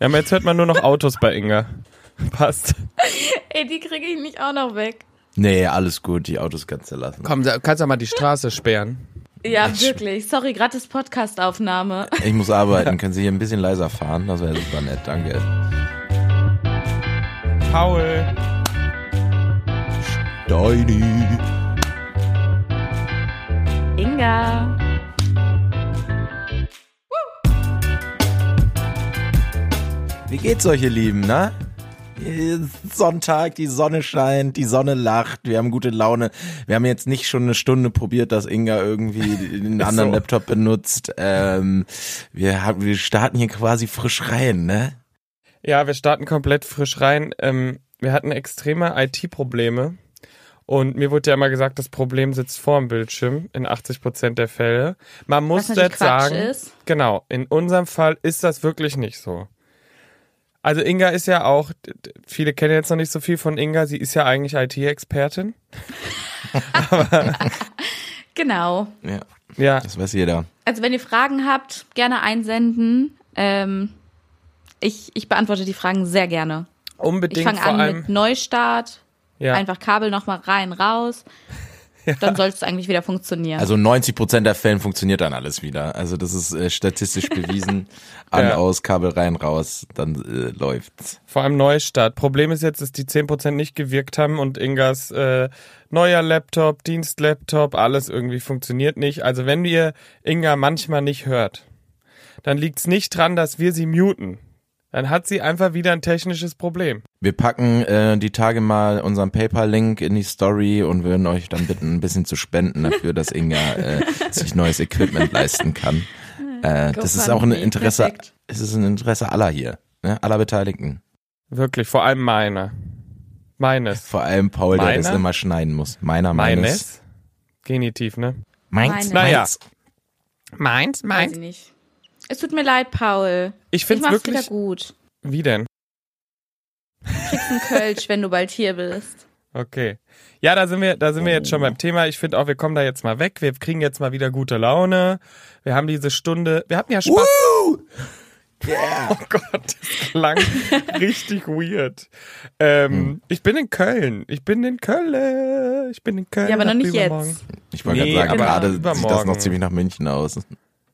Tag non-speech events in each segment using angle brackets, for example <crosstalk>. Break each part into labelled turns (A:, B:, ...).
A: Ja, aber jetzt hört man nur noch Autos bei Inga. <laughs> Passt.
B: Ey, die kriege ich nicht auch noch weg.
C: Nee, alles gut, die Autos kannst du lassen.
D: Komm, da- kannst du mal die Straße sperren.
B: Ja, wirklich. Sorry, gratis
C: <laughs>
B: Podcast-Aufnahme.
C: Ich muss arbeiten, können Sie hier ein bisschen leiser fahren? Das wäre super nett, danke.
A: Paul.
C: Deini.
B: Inga.
C: Wie geht's euch, ihr Lieben, ne? Äh, Sonntag, die Sonne scheint, die Sonne lacht, wir haben gute Laune. Wir haben jetzt nicht schon eine Stunde probiert, dass Inga irgendwie einen anderen
A: So.
C: Laptop benutzt. Ähm, wir, haben, wir starten hier quasi frisch rein, ne?
A: Ja, wir starten komplett frisch rein. Ähm, wir hatten extreme IT-Probleme. Und mir wurde ja immer gesagt, das Problem sitzt vorm Bildschirm in 80% der Fälle. Man muss
B: Was natürlich
A: jetzt
B: Quatsch
A: sagen,
B: ist.
A: genau, in unserem Fall ist das wirklich nicht so. Also Inga ist ja auch, d- d- viele kennen jetzt noch nicht so viel von Inga, sie ist ja eigentlich IT-Expertin.
B: Genau.
C: Ja,
A: Ja,
C: das weiß jeder.
B: Also wenn ihr Fragen habt, gerne einsenden. Ähm, ich, ich beantworte die Fragen sehr gerne. Ich
A: unbedingt
B: fange
A: vor
B: an
A: allem.
B: mit Neustart,
A: ja.
B: einfach Kabel nochmal rein,
C: <laughs>
B: raus. Dann sollte es eigentlich wieder funktionieren.
C: Also 90 Prozent der Fällen funktioniert dann alles wieder. Also das ist äh, statistisch bewiesen. An,
A: Ja.
C: aus, Kabel rein, raus, dann äh, läuft's.
A: Vor allem Neustart. Problem ist jetzt, dass die 10% nicht gewirkt haben und Ingas äh, neuer Laptop, Dienstlaptop, alles irgendwie funktioniert nicht. Also wenn ihr Inga manchmal nicht hört, dann liegt's nicht dran, dass wir sie muten. Dann hat sie einfach wieder ein technisches Problem.
C: Wir packen äh, die Tage mal unseren PayPal-Link in die Story und würden euch dann bitten, ein bisschen zu spenden dafür, dass Inga äh, sich neues Equipment leisten kann. Äh, das ist auch ein
B: GoFundMe,
C: Interesse,
B: perfekt.
C: es ist ein Interesse aller hier, ne? aller Beteiligten.
A: Wirklich, vor allem meiner. Meines.
C: Vor allem Paul, der
A: Meiner?
C: das immer schneiden muss. Meiner, meines.
A: Meines? Genitiv, ne?
B: Meines.
C: Meins,
A: Naja.
C: meins.
A: Meins,
B: Weiß ich nicht. Es tut mir leid, Paul.
A: Ich
B: Ich
A: find's
B: mach's wieder
A: wirklich.
B: gut.
A: Wie denn?
B: Kriegst einen Kölsch, wenn du bald hier bist.
A: Okay. Ja, da sind wir, da sind wir jetzt schon beim Thema. Ich finde auch, wir kommen da jetzt mal weg. Wir kriegen jetzt mal wieder gute Laune. Wir haben diese Stunde. Wir hatten ja Spaß.
C: Woo! Yeah.
A: Oh Gott, das
C: <laughs>
A: klang richtig weird. Ähm,
C: Hm.
A: Ich bin in Köln. Ich bin in Köln. Ich bin in Köln.
B: Ja, aber noch
A: ab
B: nicht
A: übermorgen.
B: jetzt.
C: Ich wollte
A: Nee,
C: gerade sagen,
A: aber
C: gerade sieht das
A: übermorgen.
C: noch ziemlich nach München aus.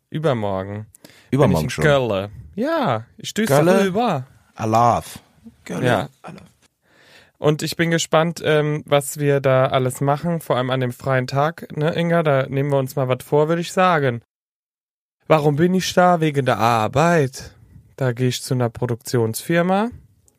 A: Übermorgen. Bin ich
C: Übermorgen
A: in
C: schon.
A: Köln. Ja, ich stöße
C: Kölle?
A: rüber.
C: Alav.
A: Ja. Und ich bin gespannt, ähm, was wir da alles machen, vor allem an dem freien Tag, ne, Inga? Da nehmen wir uns mal was vor, würde ich sagen. Warum bin ich da? Wegen der Arbeit. Da gehe ich zu einer Produktionsfirma,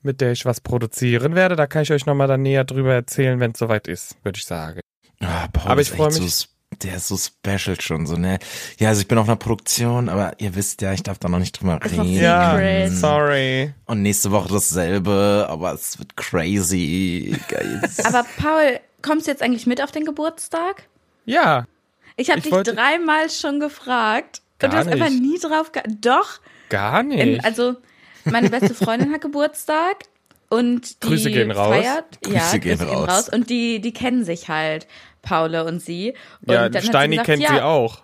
A: mit der ich was produzieren werde. Da kann ich euch nochmal dann näher drüber erzählen, wenn es soweit ist, würde ich sagen.
C: Ah, Paul
A: Aber
C: ist
A: ich freu
C: echt
A: mich.
C: So, sp- der ist so special schon, so, ne? Ja, also ich bin auf einer Produktion, aber ihr wisst ja, ich darf da noch nicht drüber
B: ist noch
C: reden.
A: Ja,
B: Secret.
A: sorry.
C: Und nächste Woche dasselbe, aber es wird crazy. Geil.
A: <laughs>
B: Aber Paul, kommst du jetzt eigentlich mit auf den Geburtstag?
A: Ja,
B: Ich habe
A: Ich
B: dich
A: wollte-
B: dreimal schon gefragt.
A: Gar
B: und du hast einfach
A: nicht.
B: nie drauf ge Doch.
A: gar
B: In,
A: nicht.
B: also, meine beste Freundin hat Geburtstag.
A: <laughs>
B: Und die
A: Grüße gehen raus.
B: feiert. ja,
C: Grüße
B: Grüße
C: gehen
B: gehen
C: raus.
B: Und die, die kennen sich halt, Paule und sie. Und
A: ja,
B: dann hat sie
A: Steini
B: gesagt,
A: kennt
B: ja,
A: sie auch.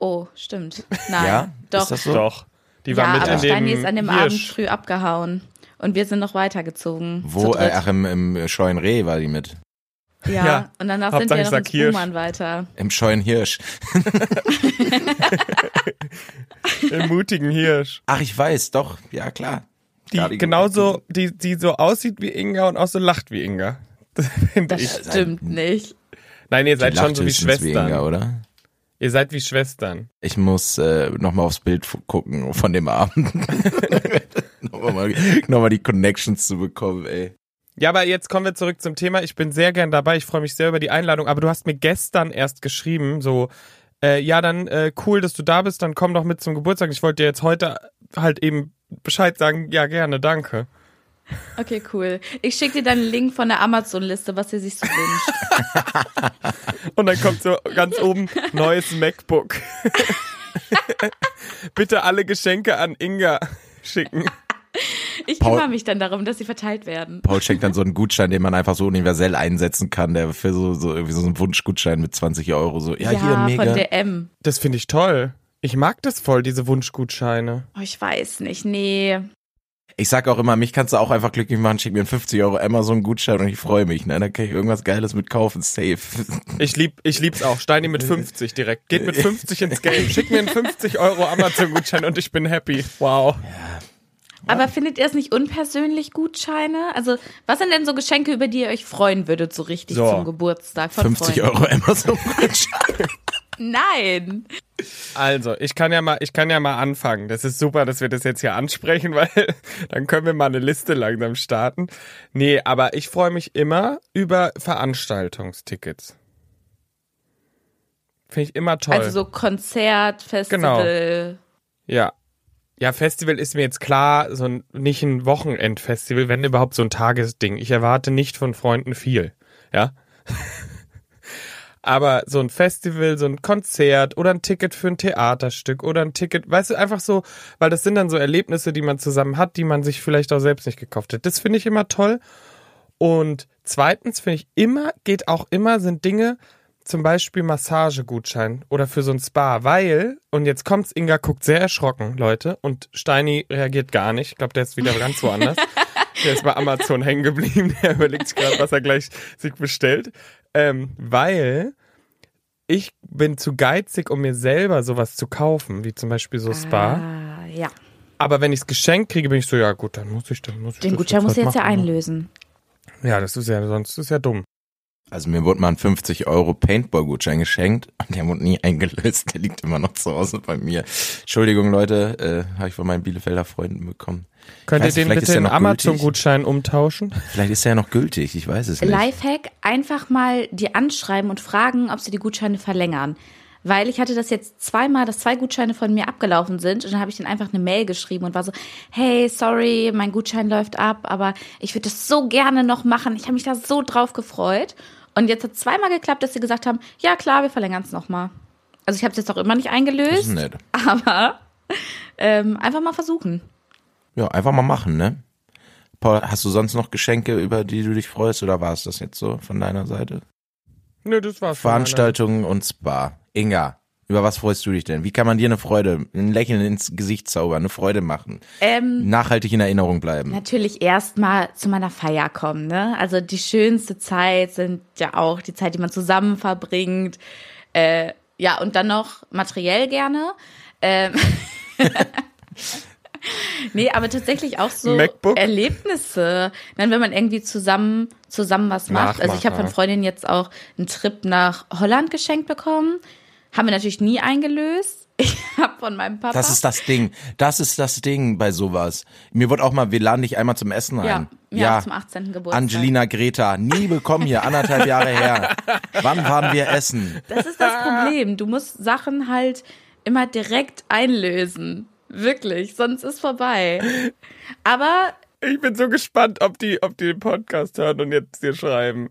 B: Oh, stimmt. Nein,
C: ja?
B: doch.
C: Ist das so?
A: Doch. Die war
B: ja,
A: mit
B: aber
A: in dem
B: Steini ist an dem Abend
A: Hirsch.
B: früh abgehauen. Und wir sind noch weitergezogen.
C: Wo,
B: zu
C: äh,
B: dritt.
C: ach, im, im scheuen Reh war die mit.
B: ja.
A: ja.
B: und danach sind
A: Hauptsache
B: wir
A: ich
B: noch
A: sag
B: ins
A: Kirsch.
B: Buhmann weiter.
C: Im scheuen Hirsch.
A: Im mutigen Hirsch.
C: Ach, ich weiß, doch. Ja, klar. Ja,
A: die genauso, die, die so aussieht wie Inga und auch so lacht wie Inga. <laughs> Das finde
B: Das
A: ich.
B: stimmt nicht.
A: Nein, ihr
C: Die
A: seid schon
C: lacht
A: so wie
C: höchstens
A: Schwestern.
C: Weniger, oder?
A: ihr seid wie Schwestern.
C: Ich muss äh, nochmal aufs Bild fu- gucken von dem Abend. nochmal nochmal die Connections zu bekommen, ey.
A: Ja, aber jetzt kommen wir zurück zum Thema. Ich bin sehr gern dabei. Ich freue mich sehr über die Einladung. Aber du hast mir gestern erst geschrieben, so, äh, ja, dann äh, cool, dass du da bist. Dann komm doch mit zum Geburtstag. Ich wollte dir jetzt heute halt eben Bescheid sagen. Ja, gerne, danke.
B: Okay, cool. Ich schicke dir dann einen Link von der Amazon-Liste, was ihr sich
C: <laughs>
B: so wünscht.
A: Und dann kommt so ganz oben neues MacBook. <laughs> Bitte alle Geschenke an Inga schicken.
B: Ich
C: Paul-
B: kümmere mich dann darum, dass sie verteilt werden.
C: Paul schenkt dann so einen Gutschein, den man einfach so universell einsetzen kann, der für so, so irgendwie so einen Wunschgutschein mit 20 Euro so. Ja, hier
B: von
C: mega.
B: DM.
A: Das finde ich toll. Ich mag das voll, diese Wunschgutscheine.
B: Oh, ich weiß nicht. Nee.
C: ich sag auch immer, mich kannst du auch einfach glücklich machen, schick mir einen 50 Euro Amazon-Gutschein und ich freue mich. Ne? Da kann ich irgendwas Geiles mit kaufen, safe.
A: Ich, lieb, ich lieb's auch. Steini mit 50 direkt. Geht mit 50 ins Game. Schick mir einen 50 Euro Amazon-Gutschein und ich bin happy. Wow.
B: Aber findet ihr es nicht unpersönlich, Gutscheine? Also, was sind denn so Geschenke, über die ihr euch freuen würdet, so richtig
A: So.
B: zum Geburtstag? Von
C: 50
B: Freunden?
C: Euro Amazon-Gutschein.
B: Nein.
A: Also, ich kann ja mal, ich kann ja mal anfangen. Das ist super, dass wir das jetzt hier ansprechen, <laughs> weil dann können wir mal eine Liste langsam starten. Nee, aber ich freue mich immer über Veranstaltungstickets. Finde ich immer toll.
B: Also so Konzert,
C: Genau.
B: Festival.
A: ja. Ja, Festival ist mir jetzt klar, so ein, nicht ein Wochenendfestival, wenn überhaupt so ein Tagesding. Ich erwarte nicht von Freunden viel. Ja. <laughs> Aber so ein Festival, so ein Konzert oder ein Ticket für ein Theaterstück oder ein Ticket, weißt du, einfach so, weil das sind dann so Erlebnisse, die man zusammen hat, die man sich vielleicht auch selbst nicht gekauft hat. Das finde ich immer toll. Und zweitens finde ich immer, geht auch immer, sind Dinge, zum Beispiel Massagegutschein oder für so ein Spa, weil, und jetzt kommt's, Inga guckt sehr erschrocken, Leute, und Steini reagiert gar nicht. Ich glaube, der ist wieder ganz
B: <laughs>
A: woanders. Der ist bei Amazon hängen geblieben. Der überlegt sich gerade, was er gleich sich bestellt. Ähm, weil ich bin zu geizig, um mir selber sowas zu kaufen, wie zum Beispiel so Spa.
B: Ah, ja.
A: Aber wenn ich's geschenkt kriege, bin ich so, ja gut, dann muss ich, dann muss ich
B: Den
A: das
B: Gutschein musst du jetzt
A: halt
B: ja
C: ne?
A: machen.
B: einlösen.
A: Ja, das ist ja, sonst ist ja dumm.
C: Also mir wurde mal ein 50 Euro Paintball-Gutschein geschenkt und der wurde nie eingelöst. Der liegt immer noch zu Hause bei mir. Entschuldigung, Leute, äh, habe ich von meinen Bielefelder Freunden bekommen.
A: Könnt
C: weiß nicht,
A: ihr den
C: vielleicht ist
A: bitte
C: der
A: in
C: noch
A: Amazon-Gutschein umtauschen? <laughs>
C: Vielleicht ist er ja noch gültig, ich weiß es nicht.
B: Lifehack, einfach mal die anschreiben und fragen, ob sie die Gutscheine verlängern. Weil ich hatte das jetzt zweimal, dass zwei Gutscheine von mir abgelaufen sind und dann habe ich denen einfach eine Mail geschrieben und war so, hey, sorry, mein Gutschein läuft ab, aber ich würde das so gerne noch machen. Ich habe mich da so drauf gefreut. Und jetzt hat zweimal geklappt, dass sie gesagt haben, ja klar, wir verlängern es nochmal. Also ich habe es jetzt auch immer nicht
C: Das ist
B: eingelöst,
C: nett.
B: aber ähm, einfach mal versuchen.
C: Ja, einfach mal machen, ne? Paul, hast du sonst noch Geschenke, über die du dich freust oder war es das jetzt so von deiner Seite?
A: Nö, das war's. von meiner
C: Veranstaltungen und Spa. Inga, über was freust du dich denn? Wie kann man dir eine Freude, ein Lächeln ins Gesicht zaubern, eine Freude machen,
B: Ähm,
C: nachhaltig in Erinnerung bleiben?
B: Natürlich erstmal zu meiner Feier kommen, ne? Also die schönste Zeit sind ja auch die Zeit, die man zusammen verbringt. Äh, ja, und dann noch materiell gerne. Ähm. <laughs> nee, aber tatsächlich auch so
A: MacBook?
B: Erlebnisse. Dann, wenn man irgendwie zusammen, zusammen was macht. Also ich habe von
A: Nachmacher.
B: Freundinnen jetzt auch einen Trip nach Holland geschenkt bekommen. Haben wir natürlich nie eingelöst. <laughs> Ich habe von meinem Papa.
C: Das ist das Ding. Das ist das Ding bei sowas. Mir wird auch mal, wir laden dich einmal zum Essen
B: ja,
C: ein.
B: mir auch zum 18. Geburtstag.
C: Angelina Greta, nie bekommen hier, anderthalb Jahre her.
B: <laughs>
C: Wann waren wir essen?
B: Das ist das Problem. Du musst Sachen halt immer direkt einlösen. Wirklich, sonst ist vorbei. Aber
A: Ich bin so gespannt, ob die, ob die den Podcast hören und jetzt dir schreiben.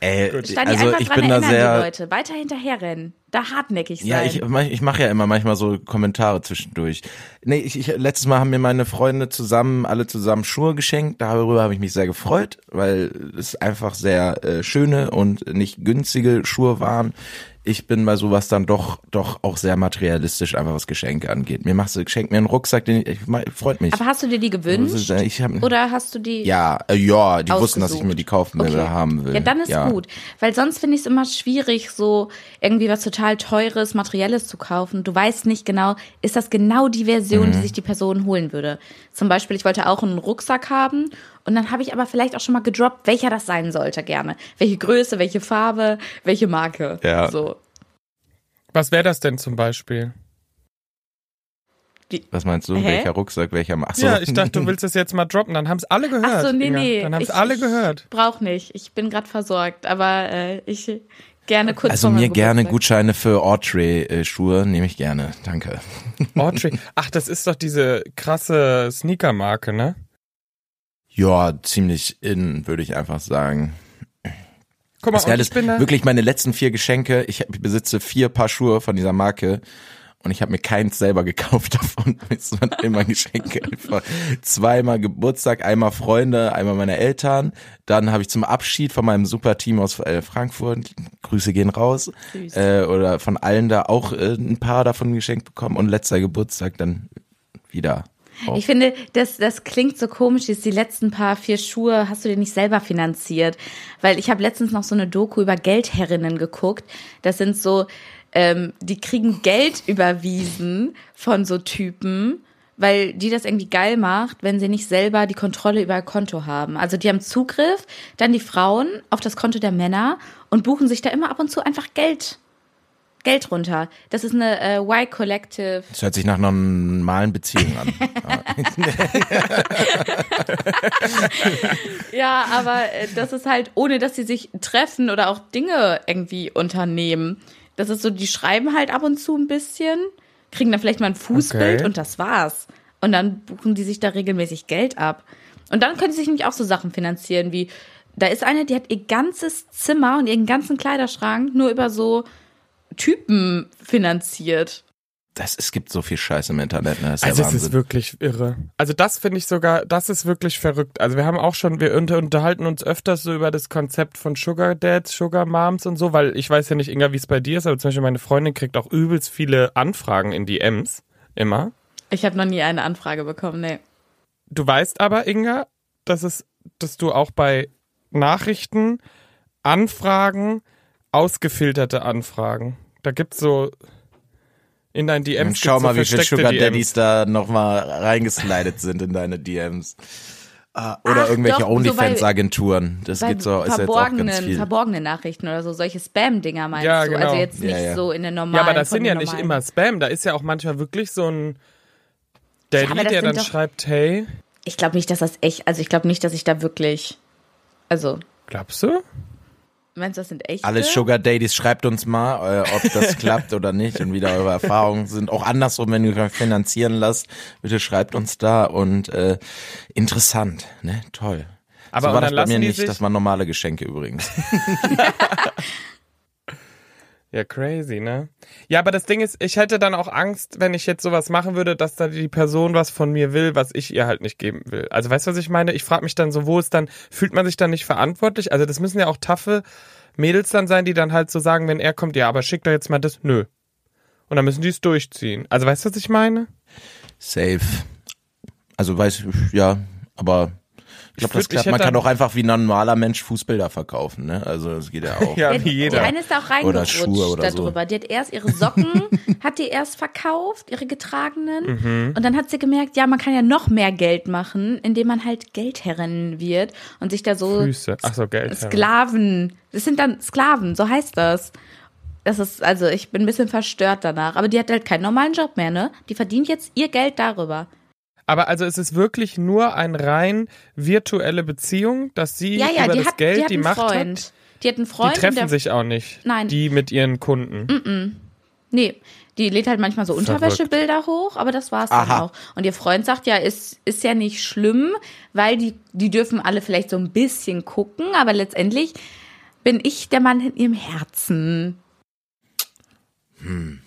C: Ey,
B: stand
C: also
B: einfach
C: ich
B: dran
C: bin da
B: erinnern,
C: sehr,
B: die Leute. Weiter hinterherrennen. Da hartnäckig sein.
C: Ja, ich, mach- ich mache ja immer manchmal so Kommentare zwischendurch. Nee, ich, ich, letztes Mal haben mir meine Freunde zusammen, alle zusammen Schuhe geschenkt. Darüber habe ich mich sehr gefreut, weil es einfach sehr äh, schöne und nicht günstige Schuhe waren. Ich bin bei sowas dann doch, doch auch sehr materialistisch, einfach was Geschenke angeht. Mir machst du, schenk mir einen Rucksack, den ich, ich mach- freut mich.
B: Aber hast du dir die gewünscht?
C: ich hab,
B: Oder hast du die
C: ja, äh, ja, die wussten, dass ich
B: ausgesucht?
C: mir die kaufen will,
B: Okay.
C: oder haben will.
B: Ja, dann ist gut. Weil sonst finde ich es immer schwierig, so irgendwie was total Teures, Materielles zu kaufen. Du weißt nicht genau, ist das genau die Version,
C: Mhm.
B: die sich die Person holen würde. Zum Beispiel, ich wollte auch einen Rucksack haben und dann habe ich aber vielleicht auch schon mal gedroppt, welcher das sein sollte gerne. Welche Größe, welche Farbe, welche Marke.
C: Ja.
B: So.
A: Was wäre das denn zum Beispiel?
C: Was meinst du?
B: Hä?
C: Welcher Rucksack, welcher Ach so.
A: Ja, ich dachte, du willst das jetzt mal droppen. Dann haben es alle gehört.
B: Ach so, nee,
A: Inga.
B: nee.
A: Dann haben es
B: Ich-
A: alle
B: ich
A: gehört.
B: Brauch nicht. Ich bin gerade versorgt, aber äh, ich gerne kurz
C: Also
B: vor meinem
C: mir gerne
B: Geburtstag.
C: Gutscheine für Autry-Schuhe nehme ich gerne. Danke.
A: Autry. Ach, das ist doch diese krasse Sneaker-Marke, ne?
C: Ja, ziemlich in, würde ich einfach sagen.
A: Guck mal,
C: Das
A: und
C: Geile
A: ich
C: ist,
A: bin da.
C: wirklich meine letzten vier Geschenke, ich hab- besitze vier Paar Schuhe von dieser Marke und ich habe mir keins selber gekauft <laughs> davon. Es waren immer Geschenke. Einfach zweimal Geburtstag, einmal Freunde, einmal meine Eltern. Dann habe ich zum Abschied von meinem super Team aus äh, Frankfurt, Grüße gehen raus,
B: Süß.
C: äh, oder von allen da auch äh, ein paar davon geschenkt bekommen und letzter Geburtstag dann wieder
A: auf.
B: Ich finde, das, das klingt so komisch, dieses, die letzten paar vier Schuhe hast du dir nicht selber finanziert. Weil ich habe letztens noch so eine Doku über Geldherrinnen geguckt. Das sind so, ähm, die kriegen Geld überwiesen von so Typen, weil die das irgendwie geil macht, wenn sie nicht selber die Kontrolle über ihr Konto haben. Also die haben Zugriff, dann die Frauen auf das Konto der Männer und buchen sich da immer ab und zu einfach Geld. Geld runter. Das ist eine äh, Y-Collective.
C: Das hört sich nach einer normalen Beziehung
A: <laughs>
C: an.
B: Ja, aber äh, das ist halt, ohne dass sie sich treffen oder auch Dinge irgendwie unternehmen. Das ist so, die schreiben halt ab und zu ein bisschen, kriegen dann vielleicht mal ein Fußbild
A: Okay.
B: und das war's. Und dann buchen die sich da regelmäßig Geld ab. Und dann können sie sich nämlich auch so Sachen finanzieren wie, da ist eine, die hat ihr ganzes Zimmer und ihren ganzen Kleiderschrank nur über so Typen finanziert.
C: Das, es gibt so viel Scheiß im Internet, ne? Das ist
A: Also
C: der
A: es ist
C: Wahnsinn.
A: wirklich irre. Also das finde ich sogar, das ist wirklich verrückt. Also wir haben auch schon, wir unter, unterhalten uns öfters so über das Konzept von Sugar Dads, Sugar Moms und so, weil ich weiß ja nicht, Inga, wie es bei dir ist, aber zum Beispiel meine Freundin kriegt auch übelst viele Anfragen in DMs, immer.
B: Ich habe noch nie eine Anfrage bekommen, nee.
A: Du weißt aber, Inga, dass es, dass du auch bei Nachrichten, Anfragen, ausgefilterte Anfragen, da gibt's so in deinen DMs.
C: Und
A: gibt's
C: schau
A: so
C: mal, wie viele
A: versteckte
C: Sugar
A: DMs.
C: Daddies da nochmal reingeslidet sind in deine DMs. Ah, Oder
B: Ach,
C: irgendwelche
B: doch, so
C: OnlyFans-Agenturen. Das
B: Bei
C: geht so, ist jetzt auch
B: verborgenen,
C: ganz viel.
B: verborgenen Nachrichten oder so, solche Spam-Dinger meinst
A: Ja,
B: du? Also
A: genau.
B: jetzt nicht
C: Ja, ja.
B: so in der normalen.
A: Ja, aber das
B: von
A: sind ja
B: den
A: nicht
B: normalen-
A: immer Spam. Da ist ja auch manchmal wirklich so ein
B: Ja,
A: Daddy,
B: aber das
A: der
B: sind
A: dann
B: doch-
A: schreibt, hey,
B: Ich glaube nicht, dass das echt, also ich glaube nicht, dass ich da wirklich, also,
A: glaubst du?
B: meinst du, das sind echte?
C: Alle Sugar Daddies, schreibt uns mal, äh, ob
B: <laughs>
C: das klappt oder nicht und wie da eure Erfahrungen sind. Auch andersrum, wenn ihr euch finanzieren lasst, bitte schreibt uns da. Und äh, interessant, ne? Toll.
A: Aber
C: so
A: und
C: war das
A: dann
C: bei mir
A: lassen die
C: nicht.
A: sich-
C: Das waren normale Geschenke übrigens.
A: Ja, crazy, ne? Ja, aber das Ding ist, ich hätte dann auch Angst, wenn ich jetzt sowas machen würde, dass dann die Person was von mir will, was ich ihr halt nicht geben will. Also weißt du, was ich meine? Ich frage mich dann so, wo ist dann, fühlt man sich dann nicht verantwortlich? Also das müssen ja auch taffe Mädels dann sein, die dann halt so sagen, wenn er kommt, ja, aber schick doch jetzt mal das, nö. Und dann müssen die es durchziehen. Also weißt du, was ich meine?
C: Safe. Also weiß ich, ja, aber ich glaube, das
A: würd- ich
C: klappt. Man
A: hätte
C: kann
A: dann-
C: auch einfach wie ein normaler Mensch Fußbilder verkaufen, ne? Also das geht ja
A: <laughs>
C: auch.
A: Ja,
B: Die-
A: wie
B: Die
A: jeder.
B: eine ist da auch
C: Oder
B: reingerutscht
C: Schuhe oder so.
B: darüber. Die hat erst
A: <laughs>
B: ihre Socken, hat die erst verkauft, ihre getragenen.
A: Mhm.
B: Und dann hat sie gemerkt, ja, man kann ja noch mehr Geld machen, indem man halt Geldherrin wird und sich da so
A: Füße. Ach so, Geld. ja.
B: Sklaven. Das sind dann Sklaven, so heißt das. Das ist, also ich bin ein bisschen verstört danach. Aber die hat halt keinen normalen Job mehr, ne? Die verdient jetzt ihr Geld darüber.
A: Aber also es ist wirklich nur eine rein virtuelle Beziehung, dass sie
B: Ja, ja,
A: über
B: die
A: das
B: hat,
A: Geld
B: die hat
A: die
B: einen
A: Macht
B: Freund.
A: hat.
B: Die hat einen
A: Die
B: Freund. und
A: treffen
B: der,
A: sich auch nicht.
B: Nein.
A: Die mit ihren Kunden.
B: Nee, die lädt halt manchmal so
A: Verrückt.
B: Unterwäschebilder hoch, aber das war's dann
C: Aha.
B: auch. Und ihr Freund sagt ja, ist, ist ja nicht schlimm, weil die, die dürfen alle vielleicht so ein bisschen gucken, aber letztendlich bin ich der Mann in ihrem Herzen. Und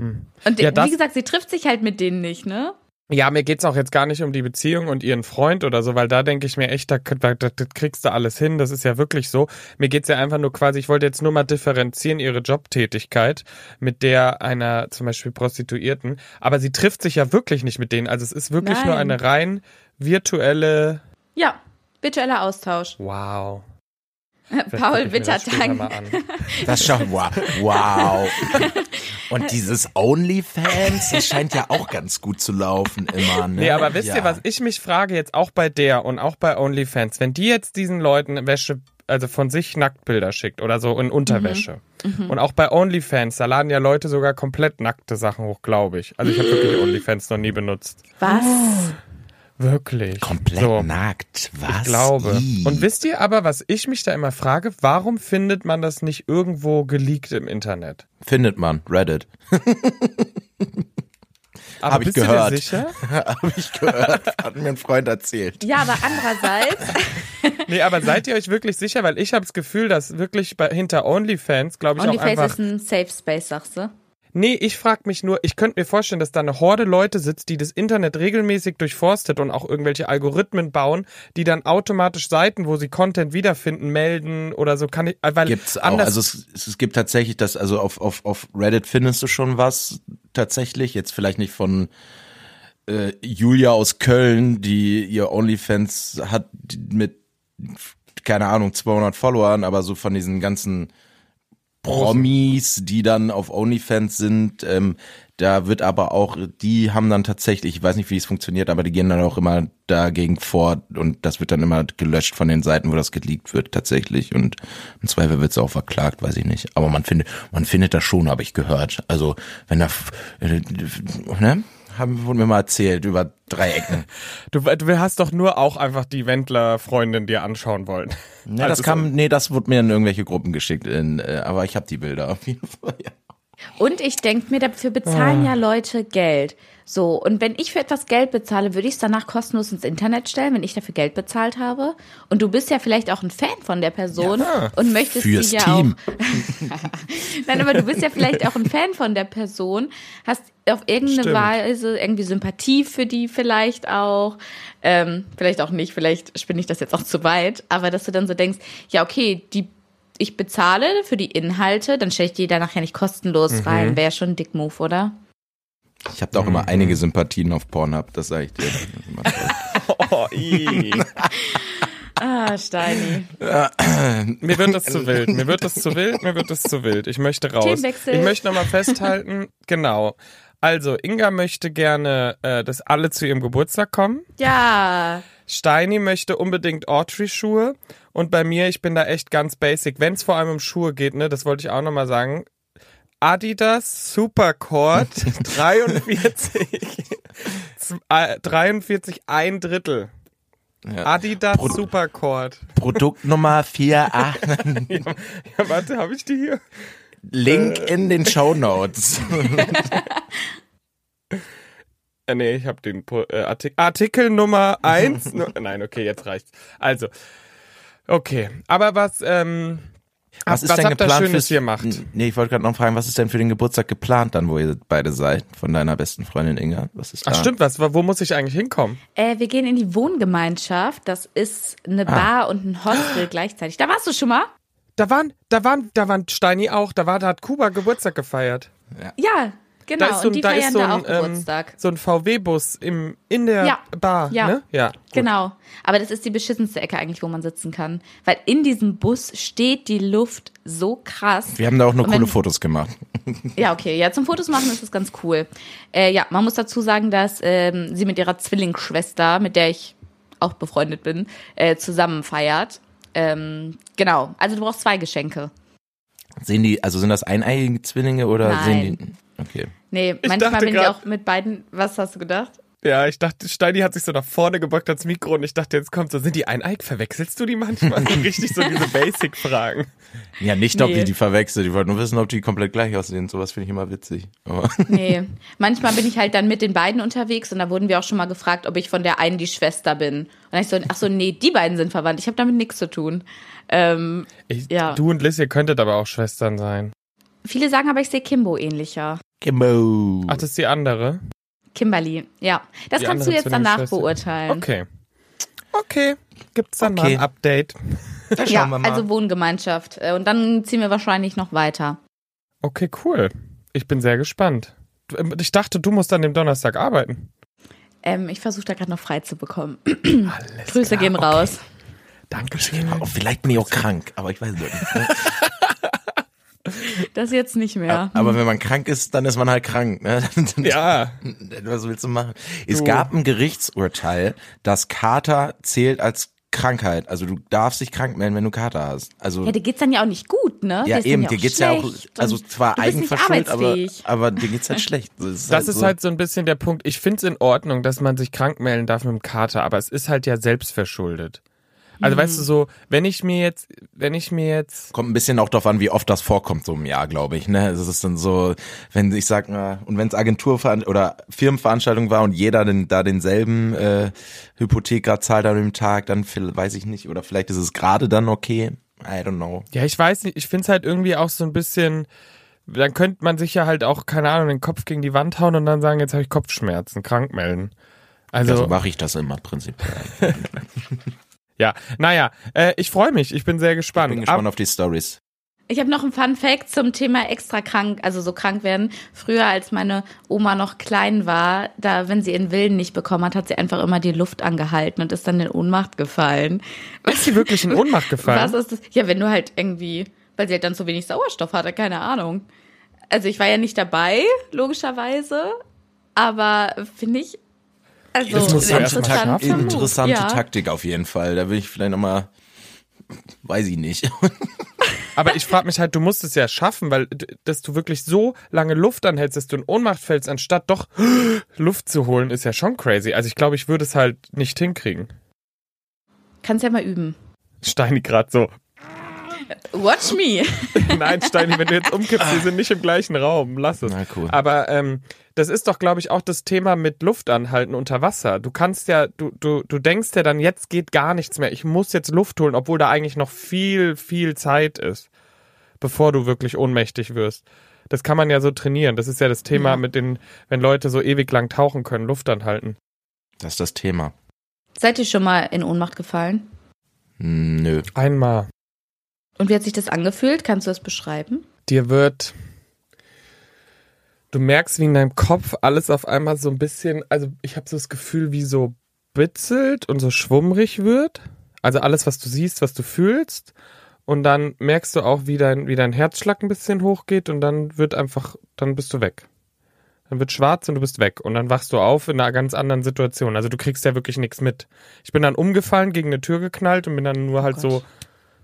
A: Hm. Ja,
B: wie
A: das-
B: gesagt, sie trifft sich halt mit denen nicht, ne?
A: Ja, mir geht's auch jetzt gar nicht um die Beziehung und ihren Freund oder so, weil da denke ich mir echt, da, da, da, da kriegst du alles hin, das ist ja wirklich so. Mir geht's ja einfach nur quasi, ich wollte jetzt nur mal differenzieren, ihre Jobtätigkeit mit der einer zum Beispiel Prostituierten. Aber sie trifft sich ja wirklich nicht mit denen. Also es ist wirklich nur
B: Nein.
A: eine rein virtuelle.
B: Ja, virtueller Austausch.
A: Wow.
B: Paul Wittertank.
C: Das schon wow. wow. Und dieses OnlyFans, das scheint ja auch ganz gut zu laufen immer, ne?
A: Nee, aber wisst
C: ja.
A: ihr, was ich mich frage jetzt auch bei der und auch bei OnlyFans, wenn die jetzt diesen Leuten Wäsche, also von sich Nacktbilder schickt oder so in Unterwäsche. Und auch bei OnlyFans, da laden ja Leute sogar komplett nackte Sachen hoch, glaube ich. Also ich habe wirklich OnlyFans noch nie benutzt.
B: Was?
A: Wirklich.
C: Komplett
A: so.
C: nackt, was?
A: Ich glaube.
C: I.
A: Und wisst ihr aber, was ich mich da immer frage, warum findet man das nicht irgendwo geleakt im Internet?
C: Findet man,
A: <laughs>
C: Reddit.
A: Aber
C: Hab ich
A: bist
C: gehört.
A: du dir sicher?
C: Habe ich gehört, hat mir ein Freund erzählt.
B: Ja, aber andererseits,
A: Nee, aber seid ihr euch wirklich sicher? Weil ich habe das Gefühl, dass wirklich bei, hinter OnlyFans, glaube <laughs> ich, auch
B: OnlyFans
A: einfach
B: ist ein Safe Space, sagst du?
A: Nee, ich frag mich nur, ich könnte mir vorstellen, dass da eine Horde Leute sitzt, die das Internet regelmäßig durchforstet und auch irgendwelche Algorithmen bauen, die dann automatisch Seiten, wo sie Content wiederfinden, melden oder so kann ich, äh, weil
C: Gibt's auch.
A: anders
C: Also es, es gibt tatsächlich das, also auf, auf, auf Reddit findest du schon was tatsächlich. Jetzt vielleicht nicht von äh, Julia aus Köln, die ihr OnlyFans hat mit, keine Ahnung, 200 Followern, aber so von diesen ganzen Promis, die dann auf OnlyFans sind, ähm, da wird aber auch, die haben dann tatsächlich, ich weiß nicht, wie es funktioniert, aber die gehen dann auch immer dagegen vor und das wird dann immer gelöscht von den Seiten, wo das geleakt wird tatsächlich und im Zweifel wird es auch verklagt, weiß ich nicht. Aber man findet, man findet das schon, habe ich gehört. Also wenn da, f- äh, ne? Haben, wurden mir mal erzählt über drei Ecken.
A: Du, du hast doch nur auch einfach die Wendler-Freundin dir anschauen wollen.
C: Ne,
A: Also
C: das kam, nee, das wurde mir in irgendwelche Gruppen geschickt, in, äh, aber ich habe die Bilder auf jeden Fall. Ja.
B: Und ich denke mir, dafür bezahlen
C: Ah.
B: ja Leute Geld. So, und wenn ich für etwas Geld bezahle, würde ich es danach kostenlos ins Internet stellen, wenn ich dafür Geld bezahlt habe. Und du bist ja vielleicht auch ein Fan von der Person und möchtest
C: Fürs
B: sie ja
C: Team.
B: auch. Nein, aber du bist ja vielleicht auch ein Fan von der Person, hast auf irgendeine
A: Stimmt.
B: Weise irgendwie Sympathie für die vielleicht auch, ähm, vielleicht auch nicht, vielleicht spinne ich das jetzt auch zu weit, aber dass du dann so denkst, ja okay, die ich bezahle für die Inhalte, dann stelle ich die da nachher nicht kostenlos
A: Mhm.
B: rein, wäre schon ein Dick Move, oder?
C: Ich habe da auch immer einige Sympathien auf Pornhub, das sage ich dir. Das ist immer toll.
A: Oh, ii.
C: <laughs>
B: Ah, Steini.
A: Mir wird das zu wild. Mir wird das zu wild. Mir wird das zu wild. Ich möchte raus.
B: Themenwechsel.
A: Ich möchte nochmal festhalten. Genau. Also, Inga möchte gerne, äh, dass alle zu ihrem Geburtstag kommen.
B: <laughs> Ja.
A: Steini möchte unbedingt Autry-Schuhe. Und bei mir, ich bin da echt ganz basic. Wenn es vor allem um Schuhe geht, ne, das wollte ich auch nochmal sagen. Adidas Supercord <laughs> 43, z- äh, 43 ein Drittel. Adidas
C: Pro-
A: Supercord.
C: <laughs> Produkt Nummer ah, 48.
A: <laughs> Ja, warte, habe ich die hier?
C: Link in den Show Notes.
A: Äh, nee, ich habe den Po- äh, Artik Artikel Nummer
C: <laughs>
A: 1. Nein, okay, jetzt reicht's. Also, okay. Aber was, ähm,
C: Was ist
A: habt
C: denn
A: ihr
C: geplant
A: Schönes
C: fürs,
A: gemacht?
C: N- Nee, ich wollte gerade noch fragen, was ist denn für den Geburtstag geplant, dann wo ihr beide seid von deiner besten Freundin Inga? Was ist da?
A: Ach stimmt, was, wo muss ich eigentlich hinkommen?
B: Äh, wir gehen in die Wohngemeinschaft. Das ist eine
A: Ah.
B: Bar und ein Hostel gleichzeitig. Da warst du schon mal?
A: Da waren, da waren, da waren Steini auch, da war, da hat Kuba Geburtstag gefeiert.
B: Ja, genau.
A: Da ist so,
B: und die
A: ein- da,
B: feiern
A: ist so
B: da
A: ein,
B: auch
A: ähm,
B: Geburtstag.
A: so ein VW-Bus im, in der
B: Ja.
A: Bar,
B: Ja.
A: ne? Ja.
B: Genau. Aber das ist die beschissenste Ecke eigentlich, wo man sitzen kann. Weil in diesem Bus steht die Luft so krass.
C: Wir haben da auch nur
B: Und wenn-
C: coole Fotos gemacht.
B: Ja, okay. Ja, zum Fotos machen ist das ganz cool. Äh, ja, man muss dazu sagen, dass ähm, sie mit ihrer Zwillingsschwester, mit der ich auch befreundet bin, äh, zusammen feiert. Ähm, genau. Also du brauchst zwei Geschenke.
C: Sehen die, also sind das eineiige Zwillinge oder
B: Nein.
C: sehen die? Okay.
B: Nee,
A: Ich
B: manchmal
A: dachte
B: bin ich
A: grad-
B: auch mit beiden. Was hast du gedacht?
A: Ja, ich dachte, Steini hat sich so nach vorne gebockt ans Mikro und ich dachte, jetzt kommt so, sind die eineig? Verwechselst du die
C: <laughs>
A: manchmal? So richtig so diese Basic-Fragen.
C: Ja, nicht, ob
B: Nee.
C: die die verwechselt. Ich wollte nur wissen, ob die komplett gleich aussehen. Sowas finde ich immer witzig. Aber
B: Nee, manchmal bin ich halt dann mit den beiden unterwegs und da wurden wir auch schon mal gefragt, ob ich von der einen die Schwester bin. Und dann ich so, ach so, nee, die beiden sind verwandt. Ich habe damit nichts zu tun. Ähm,
A: Ich,
B: Ja.
A: Du und Liz, ihr könntet aber auch Schwestern sein.
B: viele sagen aber, ich sehe Kimbo ähnlicher.
C: Kimbo.
A: Ach, das ist die andere?
B: Kimberly, ja. Das
A: Die
B: kannst
A: andere
B: du jetzt danach
A: Zwillingsschwester.
B: beurteilen.
A: Okay. Okay. Gibt's dann
C: Okay.
A: mal ein Update?
B: Ja, also Wohngemeinschaft. Äh, Und dann ziehen wir wahrscheinlich noch weiter.
A: Okay, cool. Ich bin sehr gespannt. Du, ähm, Ich dachte, du musst an dem Donnerstag arbeiten.
B: Ähm, ich versuche da gerade noch frei zu bekommen.
A: Alles
B: <laughs> Hm. Grüße gehen raus.
A: Dankeschön.
C: Oh, vielleicht bin ich auch krank, aber ich weiß es nicht.
B: Das jetzt nicht mehr.
C: Aber wenn man krank ist, dann ist man halt krank. Ne? <laughs>
A: Ja.
C: Was willst du machen? Es gab ein Gerichtsurteil, dass Kater zählt als Krankheit. Also du darfst dich krank melden, wenn du Kater hast. Also
B: Ja, dir geht's dann ja auch nicht gut, ne?
C: ja,
B: ist dann
C: eben, dir
B: auch
C: geht's ja auch,
B: schlecht
C: also
B: und
C: zwar
B: du bist nicht
C: eigenverschuldet, aber,
B: arbeitsfähig.
C: aber dir geht's halt schlecht. Das ist
A: Das
C: halt
A: ist
C: so.
A: halt so ein bisschen der Punkt. Ich find's in Ordnung, dass man sich krank melden darf mit dem Kater, aber es ist halt ja selbstverschuldet. Also
B: Hm.
A: weißt du so, wenn ich mir jetzt, wenn ich mir jetzt,
C: Kommt ein bisschen auch darauf an, wie oft das vorkommt so im Jahr, glaube ich. Ne, es ist dann so, wenn ich sag mal, und wenn es Agentur oder Firmenveranstaltung war und jeder den, da denselben äh, Hypotheker zahlt an dem Tag, dann viel, weiß ich nicht oder vielleicht ist es gerade dann okay. I don't know.
A: ja, ich weiß nicht, ich find's halt irgendwie auch so ein bisschen, dann könnte man sich ja halt auch, keine Ahnung, den Kopf gegen die Wand hauen und dann sagen, jetzt habe ich Kopfschmerzen, krank melden. Also,
C: Also mache ich das immer prinzipiell.
A: ja, naja, äh, ich freue mich, ich bin sehr
C: Ich
A: gespannt.
C: bin
A: Ab-
C: gespannt auf die Stories.
B: Ich habe noch einen Fun Fact zum Thema extra krank, also so krank werden. Früher, als meine Oma noch klein war, da, wenn sie ihren Willen nicht bekommen hat, hat sie einfach immer die Luft angehalten und ist dann in Ohnmacht gefallen.
A: Ist sie wirklich in Ohnmacht gefallen?
B: Was ist das? Ja, wenn du halt irgendwie, weil sie halt dann zu wenig Sauerstoff hatte, keine Ahnung. Also ich war ja nicht dabei, logischerweise, aber finde ich, also
A: Das musst du
B: ein
A: erst mal
B: interessanter
A: schaffen.
B: Move.
C: Interessante
B: ja.
C: Taktik auf jeden Fall. Da will ich vielleicht nochmal, weiß ich nicht. <laughs>
A: Aber ich frage mich halt, du musst es ja schaffen, weil d- dass du wirklich so lange Luft anhältst, dass du in Ohnmacht fällst, anstatt doch <gasps> Luft zu holen, ist ja schon crazy. Also ich glaube, ich würde es halt nicht hinkriegen.
B: Kannst ja mal üben.
A: Steini gerade so.
B: Watch me.
A: Nein, Steini, wenn du jetzt umkippst, wir sind nicht im gleichen Raum. Lass es.
C: Na, cool.
A: Aber ähm, das ist doch, glaube ich, auch das Thema mit Luft anhalten unter Wasser. Du kannst ja, du, du, du denkst ja dann, jetzt geht gar nichts mehr. Ich muss jetzt Luft holen, obwohl da eigentlich noch viel, viel Zeit ist, bevor du wirklich ohnmächtig wirst. Das kann man ja so trainieren. Das ist ja das Thema mit den, wenn Leute so ewig lang tauchen können, Luft anhalten.
C: Das ist das Thema.
B: Seid ihr schon mal in Ohnmacht gefallen?
C: Nö.
A: Einmal.
B: Und wie hat sich das angefühlt? Kannst du das beschreiben?
A: Dir wird. Du merkst, wie in deinem Kopf alles auf einmal so ein bisschen, also ich habe so das Gefühl, wie so bitzelt und so schwummrig wird. Also alles, was du siehst, was du fühlst. Und dann merkst du auch, wie dein, wie dein Herzschlag ein bisschen hochgeht und dann wird einfach, dann bist du weg. Dann wird schwarz und du bist weg. Und dann wachst du auf in einer ganz anderen Situation. Also du kriegst ja wirklich nichts mit. Ich bin dann umgefallen, gegen eine Tür geknallt und bin dann nur halt so,
B: Oh Gott.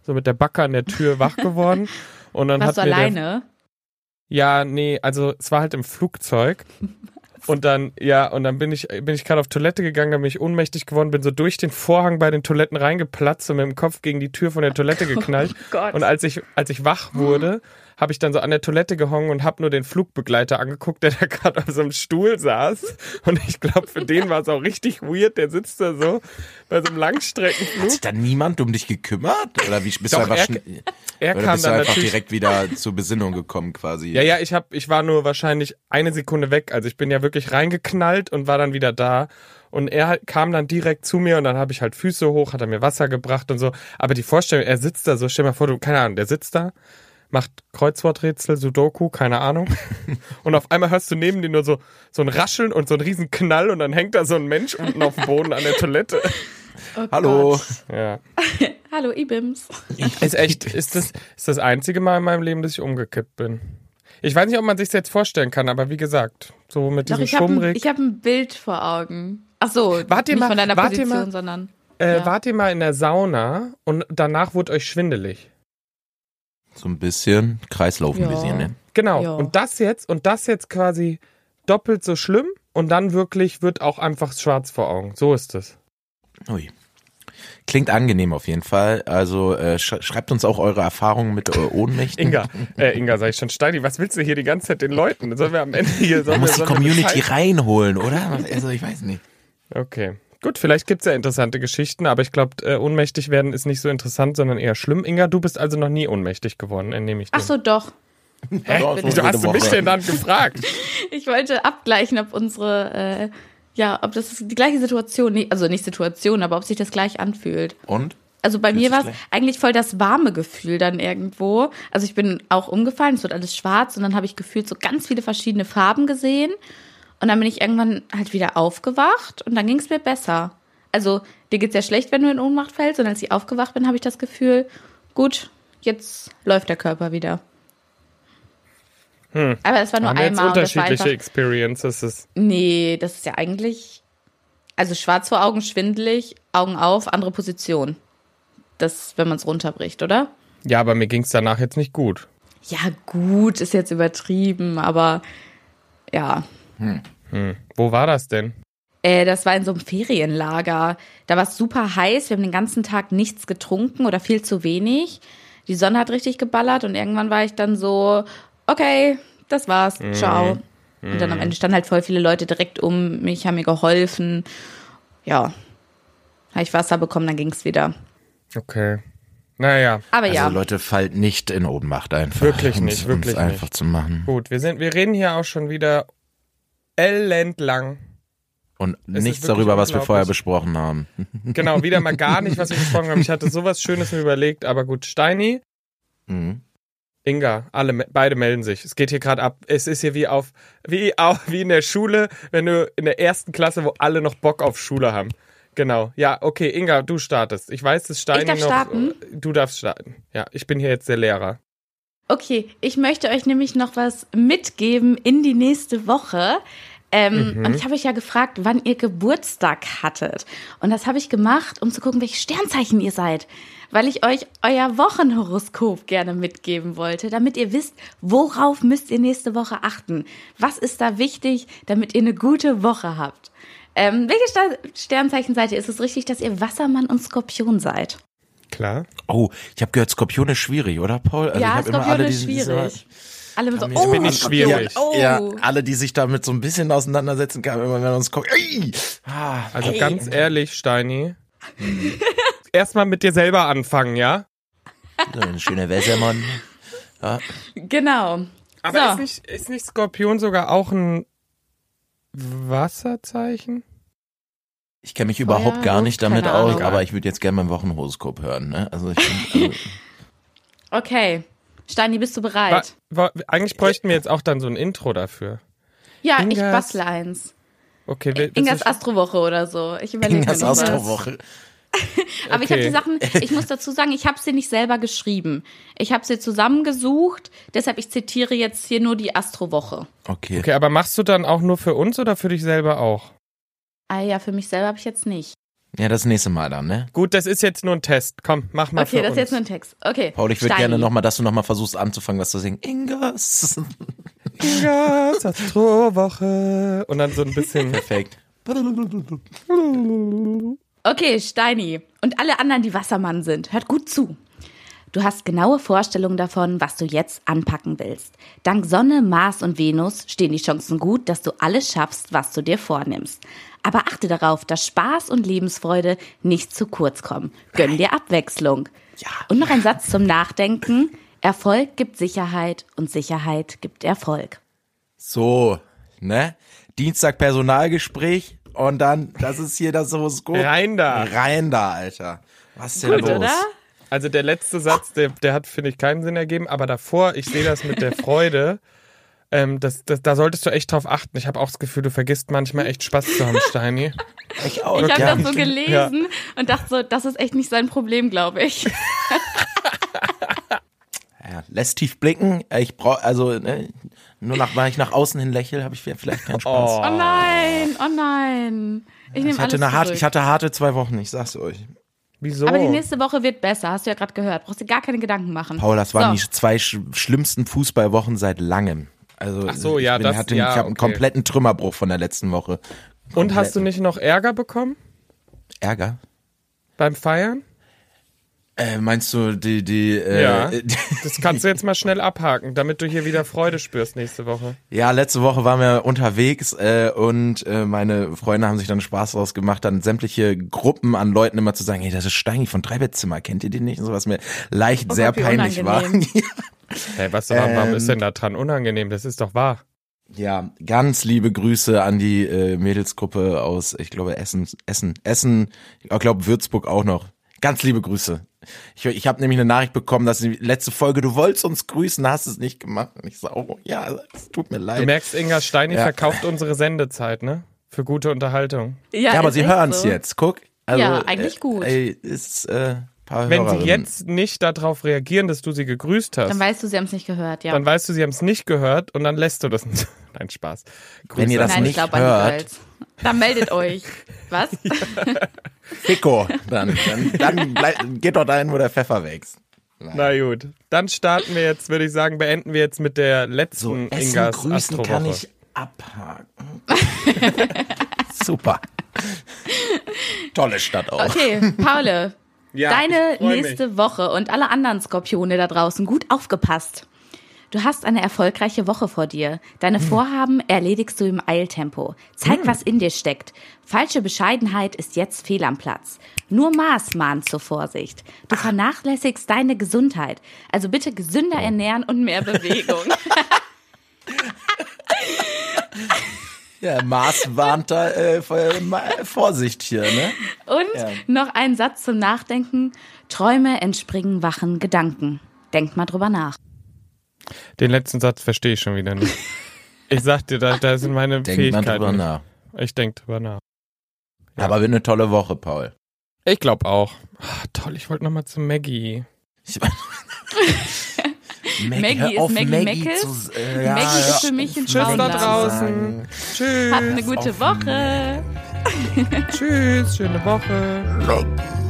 A: so mit der Backe an der Tür wach
B: <laughs>
A: geworden. Und dann
B: Warst du
A: hat mir der,
B: alleine?
A: ja, nee, also es war halt im Flugzeug. Und dann, ja, und dann bin ich, bin ich gerade auf Toilette gegangen, dann bin ich ohnmächtig geworden, bin so durch den Vorhang bei den Toiletten reingeplatzt und mit dem Kopf gegen die Tür von der Toilette geknallt.
B: Gott.
A: Und als ich, als ich wach wurde, habe ich dann so an der Toilette gehongen und habe nur den Flugbegleiter angeguckt, der da gerade auf so einem Stuhl saß. Und ich glaube, für den war es auch richtig weird, der sitzt da so bei so einem
C: Hat
A: Langstreckenflug.
C: sich da niemand um dich gekümmert? Oder wie bist
A: Doch,
C: du einfach,
A: er-
C: schn-
A: Er
C: oder
A: kam
C: bist du
A: dann
C: einfach
A: natürlich
C: direkt wieder zur Besinnung gekommen quasi?
A: Ja, ja, ich hab, ich war nur wahrscheinlich eine Sekunde weg. Also ich bin ja wirklich reingeknallt und war dann wieder da. Und er halt- kam dann direkt zu mir und dann habe ich halt Füße hoch, hat er mir Wasser gebracht und so. Aber die Vorstellung, er sitzt da so, stell mal vor, du, keine Ahnung, der sitzt da, macht Kreuzworträtsel, Sudoku, keine Ahnung. Und auf einmal hörst du neben dir nur so, so ein Rascheln und so ein riesen Knall und dann hängt da so ein Mensch unten auf dem Boden an der Toilette.
B: Oh
C: Hallo.
B: Gott.
A: Ja.
B: Hallo, Ibims.
A: Ist echt, ist das, ist das einzige Mal in meinem Leben, dass ich umgekippt bin. Ich weiß nicht, ob man sich jetzt vorstellen kann, aber wie gesagt, so mit
B: Doch,
A: diesem
B: ich habe ein,
A: Schummrig.
B: ich hab ein Bild vor Augen. Ach so,
A: Wart ihr
B: nicht
A: mal-
B: von deiner
A: wart ihr
B: Position,
A: mal-
B: sondern
A: äh,
B: ja.
A: Wart ihr mal in der Sauna und danach wurde euch schwindelig.
C: So ein bisschen, Kreislauf
B: Ja.
C: ein bisschen, ne?
A: Genau.
B: Ja.
A: Und das jetzt, und das jetzt quasi doppelt so schlimm und dann wirklich wird auch einfach schwarz vor Augen. So ist es.
C: Ui. Klingt angenehm auf jeden Fall. Also äh, sch schreibt uns auch eure Erfahrungen mit äh, Ohnmächten.
A: Inga, äh,
C: <laughs>
A: Inga, sag ich schon, Steini, was willst du hier die ganze Zeit den Leuten? Sollen wir am Ende hier,
C: Da
A: sollen wir,
C: muss die
A: sollen wir
C: Community
A: Bescheid-
C: reinholen, oder? Was- Also ich weiß nicht.
A: Okay. Gut, vielleicht gibt's ja interessante Geschichten, aber ich glaube, äh, ohnmächtig werden ist nicht so interessant, sondern eher schlimm. Inga, du bist also noch nie ohnmächtig geworden, entnehme ich dir.
B: Ach so, doch.
A: Hä?
C: Doch,
A: Wieso
C: so jede
A: hast du mich
C: Woche.
A: denn dann
B: <laughs>
A: gefragt?
B: Ich wollte abgleichen, ob unsere, äh, ja, ob das die gleiche Situation, nee, also nicht Situation, aber ob sich das gleich anfühlt.
C: Und?
B: Also bei
C: Fühlt
B: mir
C: sich
B: war es
C: gleich-
B: eigentlich voll das warme Gefühl dann irgendwo. Also ich bin auch umgefallen, es wird alles schwarz und dann habe ich gefühlt so ganz viele verschiedene Farben gesehen. Und dann bin ich irgendwann halt wieder aufgewacht und dann ging es mir besser. Also dir geht's ja schlecht, wenn du in Ohnmacht fällst. Und als ich aufgewacht bin, habe ich das Gefühl, gut, jetzt läuft der Körper wieder. Aber das war nur
A: Hm. Haben wir jetzt
B: einmal. und das war
A: unterschiedliche
B: einfach,
A: Experiences.
B: Nee, das ist ja eigentlich. Also schwarz vor Augen, schwindelig, Augen auf, andere Position. Das, wenn man es runterbricht, oder?
A: Ja, aber mir ging's danach jetzt nicht gut.
B: Ja, gut, ist jetzt übertrieben, aber ja.
A: Hm. Wo war das denn?
B: Äh, das war in so einem Ferienlager. Da war es super heiß. Wir haben den ganzen Tag nichts getrunken oder viel zu wenig. Die Sonne hat richtig geballert und irgendwann war ich dann so, okay, das war's,
C: Mhm.
B: ciao. Und dann am Ende standen halt voll viele Leute direkt um mich, haben mir geholfen. Ja, habe ich Wasser bekommen, dann ging's wieder.
A: Okay. Naja,
B: Aber
C: Also
B: ja,
C: Leute, fallt nicht in Ohnmacht einfach. um
A: Wirklich
C: um's-
A: nicht, wirklich
C: um's einfach zu machen.
A: gut. Wir, sind, wir reden hier auch schon wieder elendlang.
C: Und
A: ist
C: nichts
A: wirklich
C: darüber, was wir
A: unglaublich.
C: vorher besprochen haben.
A: Genau, wieder mal gar nicht, was wir besprochen haben. Ich hatte sowas Schönes mir überlegt, aber gut, Steini,
C: Mhm.
A: Inga, alle, me- beide melden sich. Es geht hier gerade ab. Es ist hier wie auf, wie auf, wie in der Schule, wenn du in der ersten Klasse, wo alle noch Bock auf Schule haben. Genau. Ja, okay, Inga, du startest. Ich weiß, dass Steini
B: Ich darf
A: noch.
B: starten?
A: Du darfst starten. Ja, ich bin hier jetzt der Lehrer.
B: Okay, ich möchte euch nämlich noch was mitgeben in die nächste Woche. Ähm, Und ich habe euch ja gefragt, wann ihr Geburtstag hattet. Und das habe ich gemacht, um zu gucken, welches Sternzeichen ihr seid. Weil ich euch euer Wochenhoroskop gerne mitgeben wollte, damit ihr wisst, worauf müsst ihr nächste Woche achten. Was ist da wichtig, damit ihr eine gute Woche habt. Ähm, welches Sta- Sternzeichen seid ihr? Ist es richtig, dass ihr Wassermann und Skorpion seid?
A: Klar.
C: Oh, ich habe gehört, Skorpion ist schwierig, oder Paul? Also ich
B: ja,
C: hab
B: Skorpion ist
C: diesen- diesen-
B: schwierig. Alle mit so,
C: mir-
B: oh,
A: Bin ich
B: Skorpion,
A: schwierig.
B: Oh.
C: Ja, alle, die sich damit so ein bisschen auseinandersetzen kann, immer wenn uns guckt. Ey! Ah,
A: Also ganz ehrlich, Steini. <laughs> Erstmal mit dir selber anfangen, ja?
C: so ein schöner Wässermann.
B: Genau.
A: Aber
B: So.
A: ist, nicht, ist nicht Skorpion sogar auch ein Wasserzeichen?
C: Ich kenne mich überhaupt
B: Feuer,
C: gar
B: Luft,
C: nicht damit
B: Oh keine
C: aus,
B: Ahnung.
C: aber ich würde jetzt gerne mein Wochenhoroskop hören. Ne? Also ich find,
B: <laughs>
C: also,
B: Okay. Steini, bist du bereit?
A: Wa- wa- eigentlich bräuchten wir jetzt auch dann so ein Intro dafür.
B: ja, ich
A: Ingas-
B: bastle eins.
A: Okay, will- willst
B: Äh, Ingas
A: du-
B: Astrowoche oder so. Ich überlege mir
C: das
B: noch was.
C: Astrowoche.
B: Aber ich habe
A: Okay.
B: die Sachen, ich muss dazu sagen, ich habe sie nicht selber geschrieben. Ich habe sie zusammengesucht, deshalb ich zitiere jetzt hier nur die Astrowoche.
C: Okay.
A: okay, aber machst du dann auch nur für uns oder für dich selber auch?
B: Ah ja, für mich selber habe ich jetzt nicht.
C: Ja, das nächste Mal dann, ne?
A: Gut, das ist jetzt nur ein Test. Komm, mach mal
B: Okay,
A: für
B: das
A: uns.
B: ist jetzt nur ein Text. Okay.
C: Paul, ich würde
B: Steini.
C: gerne nochmal, dass du nochmal versuchst anzufangen, was zu singen. <laughs> Ingas.
A: Ingas Astrowoche. Und dann so ein
B: <laughs>
A: bisschen.
C: Perfekt.
B: Okay, Steini und alle anderen, die Wassermann sind, hört gut zu. Du hast genaue Vorstellungen davon, was du jetzt anpacken willst. Dank Sonne, Mars und Venus stehen die Chancen gut, dass du alles schaffst, was du dir vornimmst. Aber achte darauf, dass Spaß und Lebensfreude nicht zu kurz kommen. Gönn dir Abwechslung. Und noch ein Satz zum Nachdenken. Erfolg gibt Sicherheit und Sicherheit gibt Erfolg.
C: So, ne? Dienstag Personalgespräch und dann, das ist hier das Horoskop.
A: Rein da.
C: Rein da, Alter. Was ist denn
B: Gut,
C: los?
B: oder?
A: Also der letzte Satz, der, der hat, finde ich, keinen Sinn ergeben. Aber davor, ich sehe das mit der Freude. Ähm, das, das, da solltest du echt drauf achten. Ich habe auch das Gefühl, du vergisst manchmal echt Spaß zu haben, Steini.
B: <laughs>
C: Ich auch.
B: Ich habe
C: ja.
B: das so gelesen und dachte so, das ist echt nicht sein Problem, glaube ich.
C: Ja, lässt tief blicken. Ich brauche also ne, nur nach, weil ich nach außen hin lächle, habe ich vielleicht
A: <laughs>
C: keinen Spaß.
B: Oh nein, oh nein. Ich nehme
C: ich
B: alles
C: hatte eine harte,
B: zurück.
C: ich hatte oh. harte zwei Wochen. Ich sag's euch.
A: Wieso?
B: Aber die nächste Woche wird besser, hast du ja gerade gehört. Brauchst dir gar keine Gedanken machen.
C: Paul, das
B: So.
C: waren die zwei sch schlimmsten Fußballwochen seit langem. Also Ach
A: so, ja,
C: ich
A: das-
C: hatte,
A: ja,
C: ich habe einen
A: okay.
C: kompletten Trümmerbruch von der letzten Woche.
A: Und hast
C: komplett.
A: du nicht noch Ärger bekommen
C: Ärger.
A: beim Feiern?
C: Äh, meinst du die die? Äh,
A: Ja.
C: die
A: Das kannst du jetzt mal schnell abhaken, damit du hier wieder Freude spürst nächste Woche.
C: Ja, letzte Woche waren wir unterwegs äh, und äh, meine Freunde haben sich dann Spaß draus gemacht, dann sämtliche Gruppen an Leuten immer zu sagen, hey, das ist Steini von Dreibettzimmer, kennt ihr den nicht? Und so was mir leicht
B: Oh
C: sehr
B: Gott, wie
C: peinlich
B: unangenehm.
C: war.
A: Hey, was daran, warum
C: Ähm.
A: ist denn da dran unangenehm? Das ist doch wahr.
C: <laughs> ja, ganz liebe Grüße an die äh, Mädelsgruppe aus, ich glaube, Essen, Essen, Essen, ich glaube Würzburg auch noch. Ganz liebe Grüße. Ich, ich habe nämlich eine Nachricht bekommen, dass die letzte Folge, du wolltest uns grüßen, hast es nicht gemacht. Und ich sage, oh, ja, es tut mir leid.
A: Du merkst, Inga Steini
C: Äh, Ja.
A: verkauft unsere Sendezeit, ne? Für gute Unterhaltung.
C: Ja,
B: Ah,
C: aber
B: ist
C: sie
B: echt
C: hören's
B: so.
C: jetzt. Guck. Also,
B: Ja, eigentlich gut.
C: Äh, ey, ist äh, paar
A: Wenn sie
C: Hörerinnen.
A: jetzt nicht darauf reagieren, dass du sie gegrüßt hast,
B: Dann weißt du, sie haben es nicht gehört, ja.
A: dann weißt du, sie haben es nicht gehört und dann lässt du das. <laughs> Nein, Spaß. Grüße.
C: Wenn ihr das
B: Nein, ich
C: nicht
B: glaube an die
C: hört.
B: Girls. Dann meldet euch.
C: <laughs>
B: Was?
C: Fico, dann, dann,
B: <laughs>
C: dann bleib, geht doch dahin, wo der Pfeffer wächst.
A: Na gut. Dann starten wir jetzt, würde ich sagen, beenden wir jetzt mit der
C: So,
A: letzten
C: Essen
A: Ingas
C: grüßen
A: Hm, Astrowoche.
C: kann ich
B: <laughs>
C: abhaken. Super. Tolle Stadt auch.
B: Okay, Paule.
A: Ja,
B: Deine
A: ich freu mich.
B: nächste Woche und alle anderen Skorpione da draußen gut aufgepasst. Du hast eine erfolgreiche Woche vor dir. Deine
A: Hm.
B: Vorhaben erledigst du im Eiltempo. Zeig, was in dir steckt. Falsche Bescheidenheit ist jetzt fehl am Platz. Nur Maß mahnt zur Vorsicht.
A: Ah.
B: Du vernachlässigst deine Gesundheit. Also bitte gesünder ernähren und
A: <laughs>
B: mehr Bewegung.
C: Ja, Mars warnt da äh, vor, mal Vorsicht hier, ne?
B: Und noch ein Satz zum Nachdenken. Träume entspringen wachen Gedanken. Denk mal drüber nach.
A: Den letzten Satz verstehe ich schon wieder nicht. Ich sag dir, da, da sind meine
C: Denkt man
A: Fähigkeiten.
C: drüber
A: nicht.
C: nach.
A: Ich denke drüber nach. Ja.
C: Aber wird eine tolle Woche, Paul.
A: Ich glaube auch. Ah, toll, ich wollte nochmal zu Maggie.
C: Ich Maggie,
B: <laughs> Maggie
C: hör
B: ist
C: auf,
B: Maggie Meckes.
C: zu, äh, ja,
B: Maggie ist
C: hör
B: für mich ein
A: Tschüss da
B: Frauenland.
A: draußen.
C: sagen.
A: Tschüss.
B: Habt eine gute
C: auf
B: Woche.
A: Tschüss. Schöne Woche.
C: Maggie.